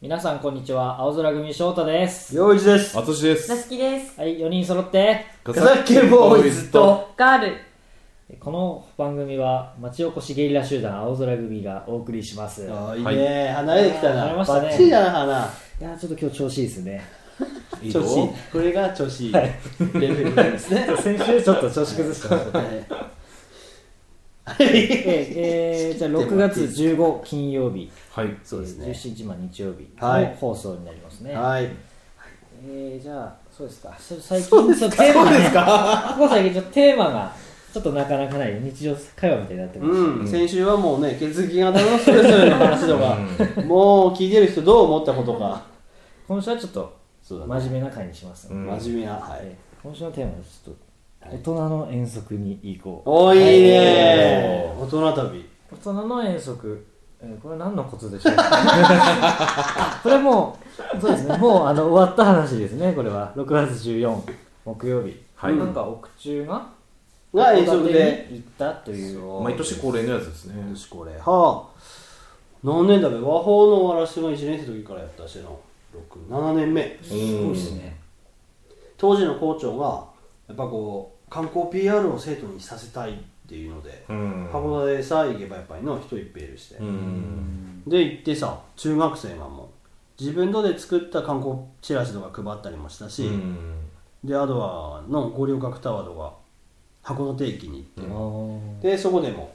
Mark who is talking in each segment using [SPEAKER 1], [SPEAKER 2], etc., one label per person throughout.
[SPEAKER 1] 皆さんこんにちは青空組翔太です
[SPEAKER 2] 陽一です。
[SPEAKER 3] あとしで
[SPEAKER 4] な
[SPEAKER 3] す。
[SPEAKER 4] すきです。
[SPEAKER 1] はい4人揃って
[SPEAKER 3] ガ
[SPEAKER 2] ガザキボーイズと。
[SPEAKER 4] ガール。
[SPEAKER 1] この番組は町おこしゲリラ集団青空組がお送りしますいや
[SPEAKER 2] あーいいね、離れてきた
[SPEAKER 1] 離れ
[SPEAKER 2] な。
[SPEAKER 1] ましたね
[SPEAKER 2] バッチリだな、花。
[SPEAKER 1] ーちょっと今日調子いいですね
[SPEAKER 3] いい
[SPEAKER 2] 調
[SPEAKER 3] ぞ
[SPEAKER 2] 子いい。これが調子いいレベルですね。
[SPEAKER 1] 先週ちょっと調子崩してましたね えええーじゃあ6月15金曜日
[SPEAKER 3] はい。
[SPEAKER 2] そうですね
[SPEAKER 1] えー17日まあ日曜日
[SPEAKER 2] は
[SPEAKER 1] の
[SPEAKER 2] い
[SPEAKER 1] 放送になりますね、
[SPEAKER 2] はい。
[SPEAKER 1] えー、じゃあそうですかそ最近ちょっとテーマがねここ最近ちょっとテーマがちょっとなかなかない日常会話みたいになってます
[SPEAKER 2] うん、先週はもうね、血液型のそれぞれの話とか、もう聞いてる人どう思ったことか、
[SPEAKER 1] 今週はちょっと
[SPEAKER 2] そうだね
[SPEAKER 1] 真面目な回にしますので、
[SPEAKER 3] うん
[SPEAKER 2] 真面目な。はい
[SPEAKER 1] え。ー今週のテーマはちょっと大人の遠足に行こう、
[SPEAKER 2] おー、いいね大人旅。
[SPEAKER 1] 大人の遠足、えーこれ何のことでしょうか これもうそうですねもうあの終わった話ですねこれは6月14木曜日、
[SPEAKER 3] はい
[SPEAKER 1] なんか奥中が
[SPEAKER 2] が遠
[SPEAKER 1] 函
[SPEAKER 2] 足で。
[SPEAKER 1] 館に行ったという
[SPEAKER 3] 毎年恒例のやつですね。
[SPEAKER 2] これ。はあ。何年だべ和法のわらしも1年生の時からやったしの。6、7年目。
[SPEAKER 1] すご
[SPEAKER 3] う
[SPEAKER 1] い
[SPEAKER 3] ん
[SPEAKER 1] ですね
[SPEAKER 2] 当時の校長がやっぱこう観光 PR を生徒にさせたいっていうので、
[SPEAKER 3] うん。
[SPEAKER 2] 函館さえ行けばやっぱりの人一ペールして、
[SPEAKER 3] うん。
[SPEAKER 2] で行ってさ中学生がもう自分ので作った観光チラシとか配ったりもしたし、
[SPEAKER 3] うん
[SPEAKER 2] であとはの五稜郭タワーとか函館駅に行って、
[SPEAKER 1] あ
[SPEAKER 2] でそこでも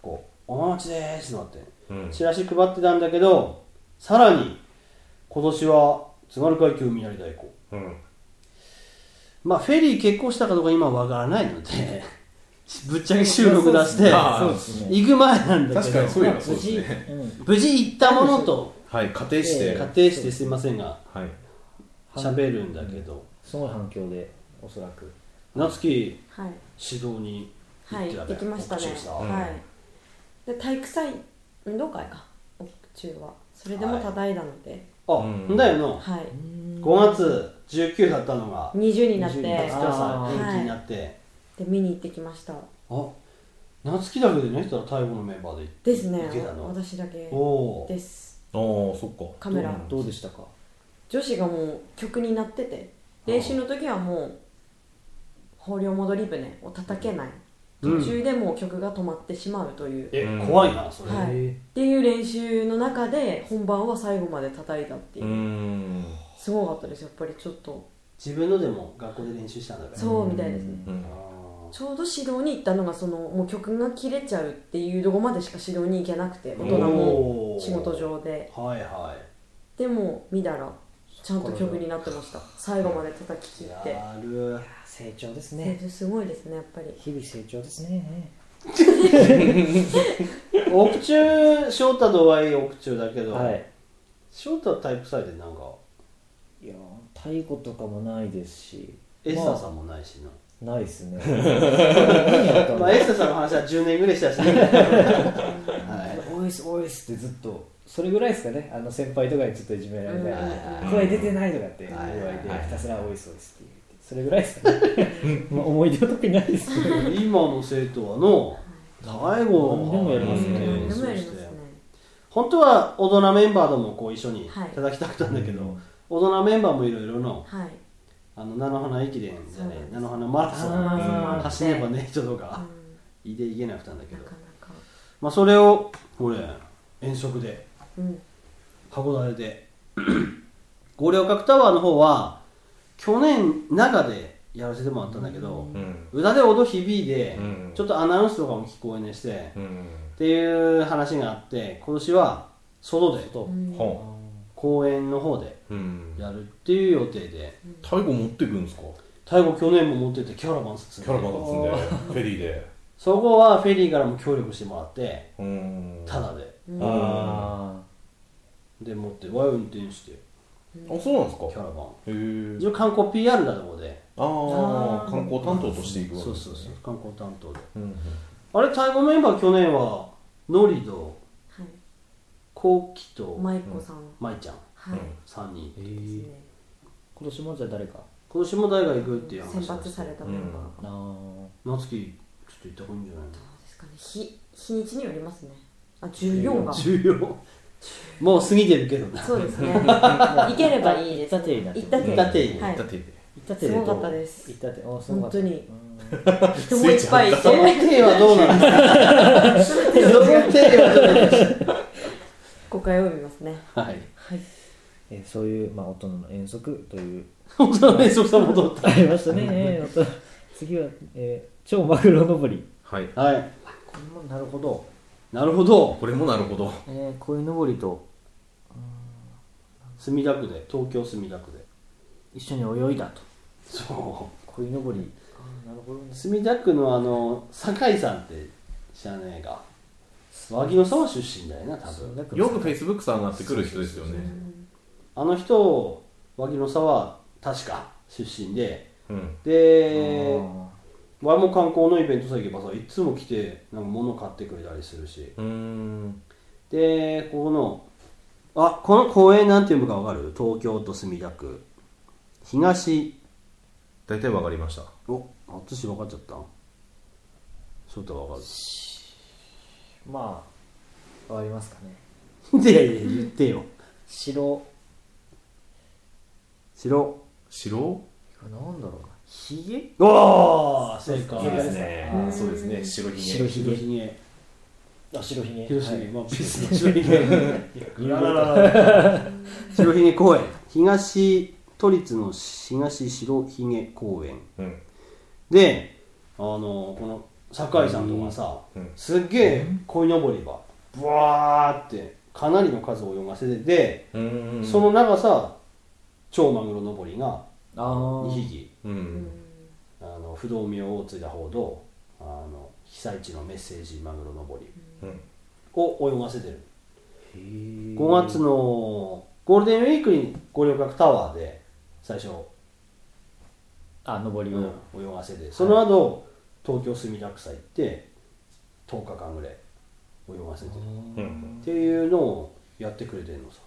[SPEAKER 2] こう「お待ちでーす」なって
[SPEAKER 3] うん。
[SPEAKER 2] チラシ配ってたんだけどさらに今年は津軽海峡海なり大工
[SPEAKER 3] うん。
[SPEAKER 2] まあ、フェリー結婚したかどうか今わからないので、 ぶっちゃけ収録出して、
[SPEAKER 3] あー
[SPEAKER 1] そうですね
[SPEAKER 2] 行く前なんだけ
[SPEAKER 3] 確か
[SPEAKER 2] ど
[SPEAKER 3] に、そういえ
[SPEAKER 1] まあ
[SPEAKER 3] ばそうですね。
[SPEAKER 1] 無事うん
[SPEAKER 2] 無事行ったものと
[SPEAKER 3] はい、仮定して。
[SPEAKER 2] 仮定してすいませんが、
[SPEAKER 3] はい。
[SPEAKER 2] 喋るんだけど、
[SPEAKER 1] すごい反響でおそらく
[SPEAKER 2] 夏希、
[SPEAKER 4] はい。
[SPEAKER 2] 指導に行
[SPEAKER 4] は
[SPEAKER 2] っ
[SPEAKER 4] い。
[SPEAKER 2] てた
[SPEAKER 4] できましたね。
[SPEAKER 2] 告知した
[SPEAKER 4] はい。で体育祭運動会か。奥中は。それでも多大なので。
[SPEAKER 2] あ、
[SPEAKER 3] うん
[SPEAKER 2] んだよ
[SPEAKER 4] はい。
[SPEAKER 2] な、5月19だったのが、
[SPEAKER 4] 二十になって。
[SPEAKER 1] 20
[SPEAKER 4] で
[SPEAKER 1] になっ
[SPEAKER 2] 夏希
[SPEAKER 1] た
[SPEAKER 2] さ
[SPEAKER 1] あ
[SPEAKER 2] ん
[SPEAKER 1] ー
[SPEAKER 2] 延期になって、
[SPEAKER 4] 見に行ってきました。
[SPEAKER 2] あ夏希だけでね、したら最後のメンバーで行って
[SPEAKER 4] ですね
[SPEAKER 2] 行けた。の。
[SPEAKER 4] 私だけ
[SPEAKER 2] おおー、
[SPEAKER 4] です。
[SPEAKER 3] ああ、そっか。
[SPEAKER 4] カメラ
[SPEAKER 3] うん
[SPEAKER 1] どうでしたか
[SPEAKER 4] 女子がもう曲になってて練習の時はもう豊漁戻り船を叩けない。
[SPEAKER 2] うん
[SPEAKER 4] 途中でもう曲が止まってしまうという。
[SPEAKER 2] え、
[SPEAKER 3] うん
[SPEAKER 2] 怖いな、それ。
[SPEAKER 4] はい、っていう練習の中で本番は最後まで叩いたっていうう、
[SPEAKER 3] ん。
[SPEAKER 4] すごかったですやっぱりちょっと
[SPEAKER 2] 自分のでも学校で練習したんだから。
[SPEAKER 4] そうみたいですね
[SPEAKER 3] うん
[SPEAKER 2] あー
[SPEAKER 4] ちょうど指導に行ったのがそのもう曲が切れちゃうっていうとこまでしか指導に行けなくて大人も
[SPEAKER 2] おー
[SPEAKER 4] 仕事上で
[SPEAKER 2] はいはい
[SPEAKER 4] でも見たらちゃんと曲になってました最後まで叩き切って
[SPEAKER 2] やる
[SPEAKER 1] 成長です
[SPEAKER 4] ねすごいですねやっぱり
[SPEAKER 1] 日々成長ですね
[SPEAKER 2] 奥中翔太とはいい奥中だけど、
[SPEAKER 1] はい
[SPEAKER 2] 翔太はタイプサイでなんか
[SPEAKER 1] いや太鼓とかもないですし
[SPEAKER 2] エッサーさんもないしな、
[SPEAKER 1] まあないです ね何やった
[SPEAKER 2] まあ
[SPEAKER 1] の
[SPEAKER 2] エッサーさんの話は10年ぐらいしたしねはい
[SPEAKER 1] おいっすおいっすってずっとそれぐらいですかねあの先輩とかにちょっといじめられたり
[SPEAKER 4] うん
[SPEAKER 1] 声出てないとかって言わ
[SPEAKER 2] はい
[SPEAKER 1] れてひたすらおいっすおいっすって言ってそれぐらいですかね まあ思い出は特にないですけど
[SPEAKER 2] 今の生徒はの大悟
[SPEAKER 1] 何でもやりますね
[SPEAKER 4] 何でもやり
[SPEAKER 2] そ
[SPEAKER 4] ま
[SPEAKER 2] う
[SPEAKER 4] す
[SPEAKER 2] して
[SPEAKER 4] ね
[SPEAKER 2] 本当は大人メンバーともこう一緒に
[SPEAKER 4] はい
[SPEAKER 2] 叩きたかったんだけど、大人メンバーもいろいろの
[SPEAKER 4] はい
[SPEAKER 2] あの菜の花駅伝じゃね
[SPEAKER 4] そうです
[SPEAKER 2] 菜の花マラソン
[SPEAKER 1] あ
[SPEAKER 2] 走ればね人と
[SPEAKER 4] う
[SPEAKER 2] か
[SPEAKER 4] ん
[SPEAKER 2] いていけなくたんだけ
[SPEAKER 4] な
[SPEAKER 2] ど
[SPEAKER 4] かなか
[SPEAKER 2] まあそれをこれ遠足で
[SPEAKER 4] うん
[SPEAKER 2] 函館で 五稜郭タワーの方は去年中でやらせてもらったんだけど
[SPEAKER 3] うん。
[SPEAKER 2] 歌で音響いて、
[SPEAKER 3] うん
[SPEAKER 2] ちょっとアナウンスとかも聞こえねして、っ
[SPEAKER 3] うん。
[SPEAKER 2] ていう話があって今年は外で
[SPEAKER 1] 外
[SPEAKER 4] うん
[SPEAKER 3] は
[SPEAKER 2] 公園の方で
[SPEAKER 3] あ。うん。
[SPEAKER 2] やるっていう予定で
[SPEAKER 3] 太鼓持ってくんですか
[SPEAKER 2] 太鼓去年も持っててキャラバン積
[SPEAKER 3] キ
[SPEAKER 2] ん
[SPEAKER 3] ャラ
[SPEAKER 2] で
[SPEAKER 3] バン積んで、フェリーで。
[SPEAKER 2] そこはフェリーからも協力してもらって
[SPEAKER 3] うん。
[SPEAKER 2] タダで
[SPEAKER 4] うん
[SPEAKER 1] あ
[SPEAKER 2] で持ってわい運転して
[SPEAKER 3] あ、そうなんですか
[SPEAKER 2] キャラバン
[SPEAKER 3] へえ
[SPEAKER 2] 一。応観光 PR だとこで
[SPEAKER 3] あ
[SPEAKER 4] あ
[SPEAKER 3] あ、
[SPEAKER 4] ー
[SPEAKER 3] 観光担当としていくわけ
[SPEAKER 2] そう
[SPEAKER 3] で
[SPEAKER 2] そう
[SPEAKER 3] す
[SPEAKER 2] そう
[SPEAKER 3] ね。
[SPEAKER 2] 観光担当で
[SPEAKER 3] うん
[SPEAKER 2] あれ、太鼓メンバー去年は、ノリと、
[SPEAKER 4] はい
[SPEAKER 2] コウキと、
[SPEAKER 4] 舞子さん
[SPEAKER 2] マイちゃん、
[SPEAKER 4] はい
[SPEAKER 2] 3人。
[SPEAKER 1] ー
[SPEAKER 4] ですね
[SPEAKER 1] 今年もじゃあ誰か
[SPEAKER 2] 今年も大学行くっていう話
[SPEAKER 4] 選
[SPEAKER 2] だ
[SPEAKER 4] 抜されたメンバーが
[SPEAKER 1] なあ
[SPEAKER 2] 夏希、ちょっと行った方がいいんじゃないの
[SPEAKER 4] ですかね日日にちによりますねあ14が
[SPEAKER 2] 重要。もう過ぎてるけどな
[SPEAKER 4] そうですね行ければいいです
[SPEAKER 1] 行った手になって
[SPEAKER 4] 行った手
[SPEAKER 2] 行った手
[SPEAKER 4] はい
[SPEAKER 3] だって
[SPEAKER 1] 行った手でどう
[SPEAKER 4] すごかったです
[SPEAKER 1] 行った手おすごかった
[SPEAKER 4] 本当に
[SPEAKER 1] うん
[SPEAKER 4] 人もいっぱいいて
[SPEAKER 2] その手はどうなんですかその手は どうなんです
[SPEAKER 4] 誤解を生みますね
[SPEAKER 2] かはい
[SPEAKER 4] はい
[SPEAKER 1] えーそういう、まあ、大人の遠足という
[SPEAKER 2] 本当の遠足さん戻っ
[SPEAKER 1] ありました ね、えー大人次は、えー超マグロ登り
[SPEAKER 3] はい
[SPEAKER 2] たはい
[SPEAKER 1] これもなるほど、
[SPEAKER 2] なるほど
[SPEAKER 3] これもなるほど
[SPEAKER 1] えー、鯉登りと
[SPEAKER 2] 墨田区で東京墨田区で
[SPEAKER 1] 一緒に泳いだと
[SPEAKER 2] そ
[SPEAKER 1] 鯉登りなるほどね
[SPEAKER 2] う墨田区のあの酒井さんって知らないか和木の沢出身だよな多分
[SPEAKER 3] よくフェイスブックさんになってくる人ですよね
[SPEAKER 2] あの人和木の沢確か出身で
[SPEAKER 3] うん
[SPEAKER 2] でわいも観光のイベントさえ行けばさいつも来てなんか物買ってくれたりするし
[SPEAKER 3] うーん
[SPEAKER 2] でここのあこの公園なんて読むかわかる東京都墨田区東
[SPEAKER 3] 大体わかりました
[SPEAKER 2] お私分かっちゃった翔太分か
[SPEAKER 1] まあわかりますかね
[SPEAKER 2] る いやいや言ってよ
[SPEAKER 1] 白
[SPEAKER 2] 白
[SPEAKER 3] 白
[SPEAKER 1] これなんだろうなひげ
[SPEAKER 2] おー正解
[SPEAKER 1] そうですね
[SPEAKER 4] うん
[SPEAKER 3] そうですね白ひ
[SPEAKER 1] 白ひ
[SPEAKER 2] 白ひ
[SPEAKER 1] げ
[SPEAKER 2] げ
[SPEAKER 1] あ白ひげ
[SPEAKER 2] 白ひげ
[SPEAKER 1] はい
[SPEAKER 2] まあ 白ひげ
[SPEAKER 1] いやらららら
[SPEAKER 2] 白ひげ公園東都立の東白ひげ公園
[SPEAKER 3] うん
[SPEAKER 2] であのこの酒井さんとかさ、
[SPEAKER 3] うん
[SPEAKER 2] すっげえ鯉のぼりがブワーってかなりの数を泳がせてて、
[SPEAKER 3] うーん
[SPEAKER 2] その長さ超マグロのぼりが
[SPEAKER 1] あー
[SPEAKER 2] 2匹
[SPEAKER 3] う
[SPEAKER 4] うんん
[SPEAKER 2] あの不動明王を継いだ報道あの被災地のメッセージマグロのぼり
[SPEAKER 3] うん
[SPEAKER 2] を泳がせてる
[SPEAKER 1] へー
[SPEAKER 2] 5月のゴールデンウィークに五稜郭タワーで最初、
[SPEAKER 1] あ登りを
[SPEAKER 2] 泳がせてその後東京墨田区さ行って10日間ぐらい泳がせてる
[SPEAKER 3] うん
[SPEAKER 2] っていうのをやってくれてるのさ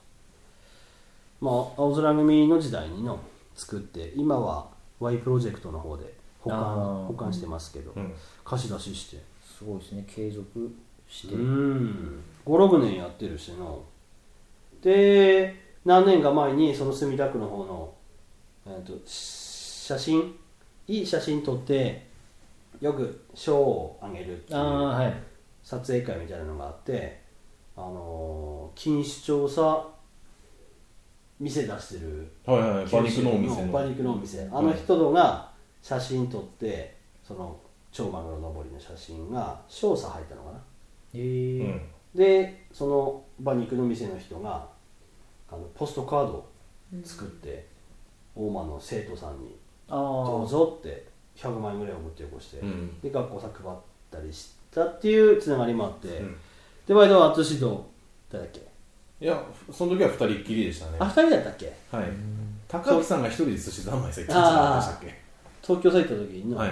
[SPEAKER 2] まあ青空組の時代にの作って今は Y プロジェクトの方で保
[SPEAKER 1] あ
[SPEAKER 2] 管
[SPEAKER 1] ー
[SPEAKER 2] 保管してますけど、
[SPEAKER 3] うん
[SPEAKER 2] 貸し出しして
[SPEAKER 1] すごいですね継続して
[SPEAKER 2] うん56年やってるしので何年か前にその墨田区の方の、えー、とし写真いい写真撮ってよく賞をあげるってい
[SPEAKER 1] ああ
[SPEAKER 2] う
[SPEAKER 1] はい
[SPEAKER 2] 撮影会みたいなのがあってあのー錦糸町さ店出してる
[SPEAKER 3] はいはい馬肉のお店の
[SPEAKER 2] 馬肉のお店あの人が写真撮ってその超マグロのぼりの写真が少佐入ったのかな
[SPEAKER 1] え
[SPEAKER 3] う
[SPEAKER 1] ー
[SPEAKER 3] ん
[SPEAKER 2] でその馬肉の店の人があのポストカードを作って、大間の生徒さんに
[SPEAKER 1] あ
[SPEAKER 2] 「
[SPEAKER 1] あ
[SPEAKER 2] どうぞ」って100万円ぐらいを持ってよこして、
[SPEAKER 3] うん
[SPEAKER 2] で学校さ配ったりしたっていうつながりもあって、
[SPEAKER 3] うん
[SPEAKER 2] でワイドは淳と誰だっけ
[SPEAKER 3] いやその時は二人っきりでしたね
[SPEAKER 2] あ二人だったっけ
[SPEAKER 3] はい高木さんが一人で寿司三昧席って
[SPEAKER 2] あー
[SPEAKER 3] ましたっけ
[SPEAKER 2] 東京さ行った時の
[SPEAKER 3] はい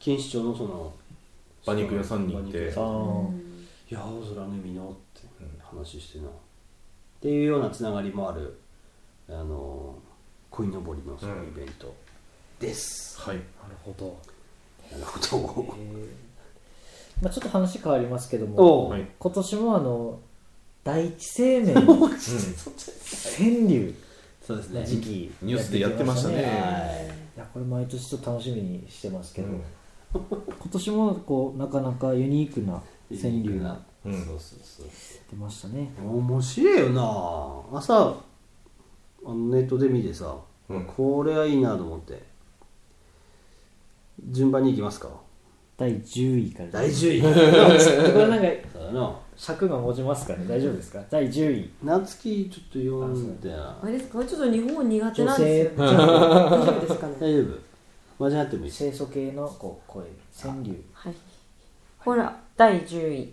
[SPEAKER 2] 錦糸町のその
[SPEAKER 3] 馬肉屋さんに行って
[SPEAKER 2] 馬肉屋さ
[SPEAKER 1] あ
[SPEAKER 2] ん
[SPEAKER 1] ー
[SPEAKER 2] いや青空の海のって話してな、っていうようなつながりもあるあの鯉のぼりのそのイベントです、
[SPEAKER 3] はい
[SPEAKER 1] なるほど
[SPEAKER 2] なるほど
[SPEAKER 1] えーまあ、ちょっと話変わりますけど
[SPEAKER 2] お
[SPEAKER 1] も
[SPEAKER 2] う
[SPEAKER 3] はい
[SPEAKER 1] 今年もあの第一生命川柳
[SPEAKER 2] そうです
[SPEAKER 1] の
[SPEAKER 2] ね
[SPEAKER 1] 時期
[SPEAKER 3] ニュースでやってましたね
[SPEAKER 1] やってき
[SPEAKER 2] はい
[SPEAKER 1] やこれ毎年ちょっと楽しみにしてますけど、
[SPEAKER 3] うん
[SPEAKER 1] 今年もこうなかなかユニークない川柳が
[SPEAKER 3] うん
[SPEAKER 2] そうそうそう
[SPEAKER 1] 出ましたね
[SPEAKER 2] 面白いよな朝あのネットで見てさ、
[SPEAKER 3] うん
[SPEAKER 2] これはいいなと思って順番に行きますか
[SPEAKER 1] 第10位から
[SPEAKER 2] 第
[SPEAKER 1] 10
[SPEAKER 2] 10位
[SPEAKER 1] これなんか
[SPEAKER 2] そうだな
[SPEAKER 1] 尺が持ちますかね大丈夫ですか第10位
[SPEAKER 2] 夏希ちょっと読んでな
[SPEAKER 4] あれですかちょっと日本苦手なんですよ
[SPEAKER 1] 女性
[SPEAKER 4] 大丈夫ですかね
[SPEAKER 2] 大丈夫間違ってもいいし
[SPEAKER 1] 清楚系のこう声川柳
[SPEAKER 4] はいほら第10位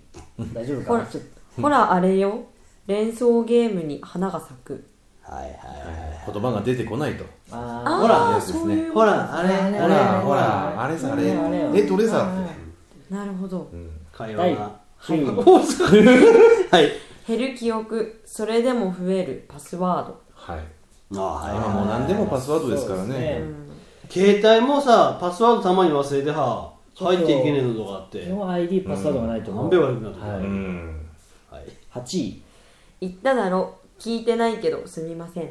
[SPEAKER 1] 大丈夫
[SPEAKER 4] ほ
[SPEAKER 1] からなちょっと
[SPEAKER 4] ほらあれよ連想ゲームに花が咲く
[SPEAKER 2] はいはいはい
[SPEAKER 3] 言葉が出てこないと
[SPEAKER 1] あ
[SPEAKER 2] ほら
[SPEAKER 4] あ
[SPEAKER 3] や
[SPEAKER 4] あ
[SPEAKER 3] つです
[SPEAKER 4] そ
[SPEAKER 3] ね
[SPEAKER 4] ういう
[SPEAKER 2] ほらあれ
[SPEAKER 1] あれ
[SPEAKER 2] あ
[SPEAKER 3] ほ
[SPEAKER 2] れ
[SPEAKER 3] らほ
[SPEAKER 1] あれ
[SPEAKER 3] らあれさあれ
[SPEAKER 1] あれあれ
[SPEAKER 3] えどれさって
[SPEAKER 4] なるほど
[SPEAKER 3] うん
[SPEAKER 2] 会
[SPEAKER 1] ー
[SPEAKER 2] 話
[SPEAKER 1] 第
[SPEAKER 2] が
[SPEAKER 1] 9位
[SPEAKER 2] はい
[SPEAKER 4] 減る記憶それでも増えるパスワード
[SPEAKER 3] はい
[SPEAKER 2] あはい
[SPEAKER 3] 今もう何でもパスワードですから
[SPEAKER 1] そうです
[SPEAKER 3] ね
[SPEAKER 1] ね
[SPEAKER 2] 携帯もさパスワードたまに忘れては入っていけねえのとかあって
[SPEAKER 1] 基本 ID パスワードがないと
[SPEAKER 2] 何
[SPEAKER 1] 思
[SPEAKER 2] べ
[SPEAKER 1] う、
[SPEAKER 2] 悪くなって
[SPEAKER 1] は
[SPEAKER 3] う
[SPEAKER 1] い
[SPEAKER 3] ん
[SPEAKER 2] はい
[SPEAKER 1] 8位
[SPEAKER 4] 言っただろ聞いてないけどすみません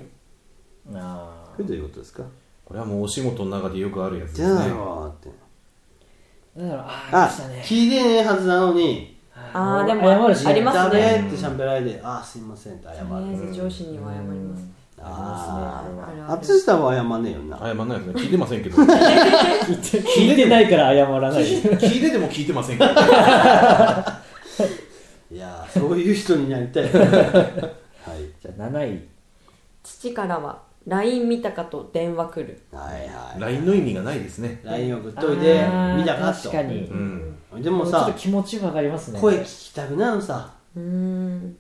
[SPEAKER 1] あ
[SPEAKER 2] どういうことですか
[SPEAKER 3] これはもうお仕事の中でよくあるやつ
[SPEAKER 2] じ
[SPEAKER 3] で
[SPEAKER 2] ゃ
[SPEAKER 3] す
[SPEAKER 2] ない
[SPEAKER 3] ね
[SPEAKER 2] わーって
[SPEAKER 1] あ。なんだろう、ああ、
[SPEAKER 2] あ
[SPEAKER 1] 来たね。
[SPEAKER 2] 聞いてねえはずなのに
[SPEAKER 4] あーでも
[SPEAKER 1] 謝るしね
[SPEAKER 4] あります
[SPEAKER 2] ダ
[SPEAKER 4] ね
[SPEAKER 2] メってしゃべられてあーすいませんって謝
[SPEAKER 4] とりあえ
[SPEAKER 2] る
[SPEAKER 4] ず上司には謝りますね
[SPEAKER 2] あ
[SPEAKER 1] りま
[SPEAKER 4] あ
[SPEAKER 1] す
[SPEAKER 4] る
[SPEAKER 2] あ
[SPEAKER 4] ある
[SPEAKER 2] 淳さんは謝んねえよな
[SPEAKER 3] 謝んないですね聞いてませんけど聞
[SPEAKER 1] ね聞いてないから謝らない。
[SPEAKER 3] いてても聞いてませんけど
[SPEAKER 2] いやーそういう人になりたいはい
[SPEAKER 1] じゃあ7位。
[SPEAKER 4] 父からは LINE 見たかと電話来る
[SPEAKER 2] はいはい
[SPEAKER 3] LINE の意味がないですね
[SPEAKER 2] LINE 送っといて
[SPEAKER 1] あー
[SPEAKER 2] 見たかと
[SPEAKER 1] 確かに。
[SPEAKER 3] うん
[SPEAKER 2] でも
[SPEAKER 1] ちょ
[SPEAKER 2] さ
[SPEAKER 1] っと気持ちわかりますね。
[SPEAKER 2] 声聞きたくなるさ
[SPEAKER 4] うーん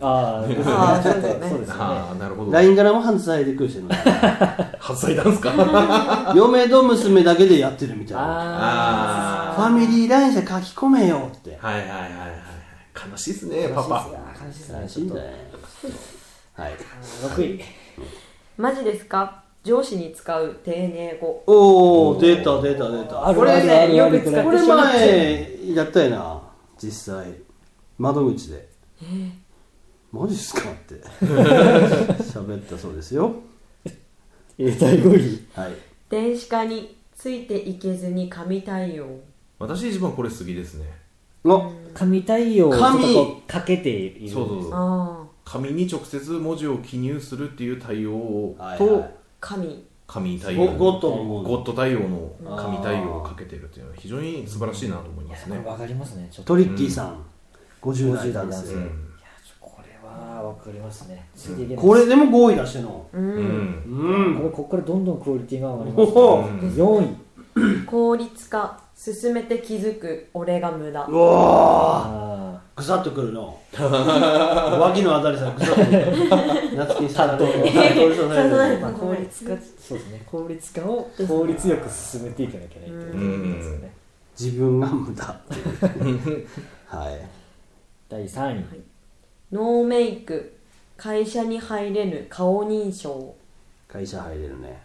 [SPEAKER 1] あー
[SPEAKER 4] あーそうだよね
[SPEAKER 1] そうですよね。
[SPEAKER 3] ああなるほど
[SPEAKER 2] LINE からも犯罪で来る人いるの
[SPEAKER 3] 発災なんすか
[SPEAKER 2] 嫁と娘だけでやってるみたいな
[SPEAKER 1] あ
[SPEAKER 2] フ
[SPEAKER 3] あ
[SPEAKER 2] ァミリー LINE じゃ書き込めよって
[SPEAKER 3] あはいはいはいはい悲しいっすねパパ
[SPEAKER 1] あ。悲しいですね。
[SPEAKER 2] 悲
[SPEAKER 1] ち
[SPEAKER 2] し
[SPEAKER 1] ょ
[SPEAKER 2] い
[SPEAKER 1] っ
[SPEAKER 2] ん
[SPEAKER 1] と
[SPEAKER 2] だよはい
[SPEAKER 1] 6位。
[SPEAKER 4] マジですか上司に使う丁寧語
[SPEAKER 2] おお出た出た出
[SPEAKER 1] あ
[SPEAKER 2] た
[SPEAKER 1] る
[SPEAKER 2] これ
[SPEAKER 1] あるある
[SPEAKER 2] ね
[SPEAKER 4] よく使って
[SPEAKER 2] これ前やったよな実際窓口でマジっすかって 喋ったそうですよ
[SPEAKER 1] えー第5位。
[SPEAKER 2] はい
[SPEAKER 4] 電子化についていけずに神対応
[SPEAKER 3] 私一番これ好きですね
[SPEAKER 2] お
[SPEAKER 1] 紙対応をちょっと
[SPEAKER 2] 紙
[SPEAKER 1] こうかけている。
[SPEAKER 3] そうそうそう
[SPEAKER 4] ああ
[SPEAKER 3] 紙に直接文字を記入するっていう対応を
[SPEAKER 2] はい
[SPEAKER 3] と
[SPEAKER 2] はい
[SPEAKER 4] 神
[SPEAKER 3] 紙対
[SPEAKER 2] ゴ
[SPEAKER 3] 応
[SPEAKER 2] ゴッドの方
[SPEAKER 3] ゴッド対応の
[SPEAKER 2] ん
[SPEAKER 3] 紙対応をかけてるっていうのは非常に素晴らしいなと思いますね
[SPEAKER 1] わかりますね。ちょっと。
[SPEAKER 2] ト
[SPEAKER 1] いや、
[SPEAKER 2] リッキーさん、50代男性、
[SPEAKER 1] 50代
[SPEAKER 3] う
[SPEAKER 1] 男
[SPEAKER 3] ん
[SPEAKER 1] ちょこれはわかりますね。ついていけない。
[SPEAKER 2] これでも5位出してんの
[SPEAKER 4] う
[SPEAKER 3] うん
[SPEAKER 2] うんん
[SPEAKER 1] これ、こっからどんどんクオリティが上がり
[SPEAKER 2] お
[SPEAKER 1] ます、ね。
[SPEAKER 2] お
[SPEAKER 3] うん
[SPEAKER 1] 4位。
[SPEAKER 4] 効率化進めて気づく俺が無駄
[SPEAKER 2] うわ
[SPEAKER 1] あ
[SPEAKER 2] ーぐさっとくる の脇のあたりさぐさっとくる夏木さんの担当に刺されてる
[SPEAKER 4] あ効率化
[SPEAKER 1] ーそうですね。効率化を効率よく進めていかなきゃいけないっていうことですよね。
[SPEAKER 2] 自分が無駄っていうはい
[SPEAKER 1] 第3位。
[SPEAKER 4] ノーメイク会社に入れぬ顔認証
[SPEAKER 2] 会社入れるね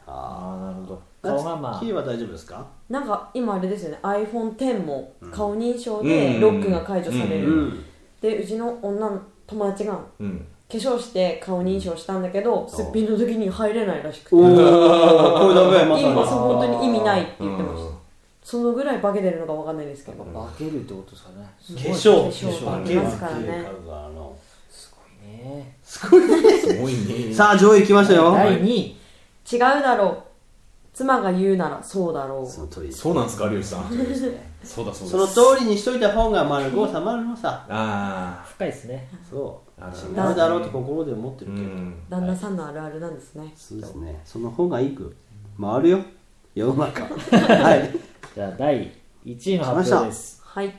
[SPEAKER 1] ああ、
[SPEAKER 2] あ
[SPEAKER 1] なるほど。
[SPEAKER 2] あ
[SPEAKER 1] 顔がまあ
[SPEAKER 2] キー、は大丈夫ですか
[SPEAKER 4] なんか今あれですよね iPhone10 も顔認証
[SPEAKER 3] う
[SPEAKER 4] で
[SPEAKER 3] ん
[SPEAKER 4] ロックが解除され
[SPEAKER 2] う
[SPEAKER 4] る、
[SPEAKER 2] ん
[SPEAKER 4] でうちの女の友達が
[SPEAKER 3] うん
[SPEAKER 4] 化粧して顔認証したんだけどすっぴんの時に入れないらしくて
[SPEAKER 2] おおこれダメま
[SPEAKER 4] 意味
[SPEAKER 2] さ
[SPEAKER 4] そう本当に意味ないって
[SPEAKER 3] う
[SPEAKER 4] 言ってました
[SPEAKER 3] ん
[SPEAKER 4] そのぐらい化けてるのかわかんないですけど
[SPEAKER 1] 化けるってことですかね。す
[SPEAKER 2] に
[SPEAKER 1] ごい
[SPEAKER 2] 化粧
[SPEAKER 1] 粧
[SPEAKER 2] 化
[SPEAKER 1] 化
[SPEAKER 2] 粧
[SPEAKER 1] け
[SPEAKER 2] 化
[SPEAKER 1] る
[SPEAKER 2] 粧
[SPEAKER 4] ま
[SPEAKER 2] 化
[SPEAKER 4] すからね
[SPEAKER 2] 粧から
[SPEAKER 1] すご
[SPEAKER 2] の
[SPEAKER 1] いね。
[SPEAKER 3] すごいね
[SPEAKER 2] さあ上位行きましたよ
[SPEAKER 1] 第2位。
[SPEAKER 4] 違うだろう妻が言うならそうだろ
[SPEAKER 2] その
[SPEAKER 4] う
[SPEAKER 2] 通りです
[SPEAKER 3] そうなんですか有吉さんそうだそう
[SPEAKER 2] そ
[SPEAKER 3] で
[SPEAKER 2] の
[SPEAKER 3] す
[SPEAKER 2] 通りにしといた方が丸5収まるのさ
[SPEAKER 3] あ
[SPEAKER 1] 深いですね。
[SPEAKER 2] そう
[SPEAKER 3] ある
[SPEAKER 2] 違うだろうって心で思って
[SPEAKER 3] あう
[SPEAKER 2] るけど
[SPEAKER 3] ん
[SPEAKER 4] 旦那さんのあるあるなんですね、
[SPEAKER 2] そうですねその方がいいく回るよ世の 中はい
[SPEAKER 1] じゃあ、第1位の発表です。
[SPEAKER 4] はい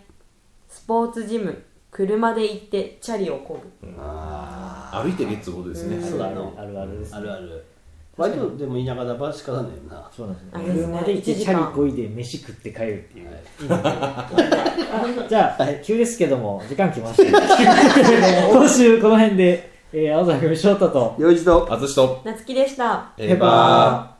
[SPEAKER 4] スポーツジム車で行ってチャリをこぐ
[SPEAKER 2] あ
[SPEAKER 3] 歩いてるってことですね
[SPEAKER 2] ーそうだの
[SPEAKER 1] あるあるです
[SPEAKER 2] あるある割とでも田舎だばしかなんだよな
[SPEAKER 1] そうなんですね。
[SPEAKER 4] あれですね
[SPEAKER 1] 車で行って
[SPEAKER 4] 一
[SPEAKER 1] チ
[SPEAKER 4] 時
[SPEAKER 1] ャ
[SPEAKER 4] 間
[SPEAKER 1] リこいで飯食って帰るっていう。じゃあ、急ですけども、時間来ました。 今週この辺で、えー青坂文翔太と、
[SPEAKER 2] よいしょ
[SPEAKER 3] 淳と
[SPEAKER 4] 夏希でした
[SPEAKER 3] エヴァー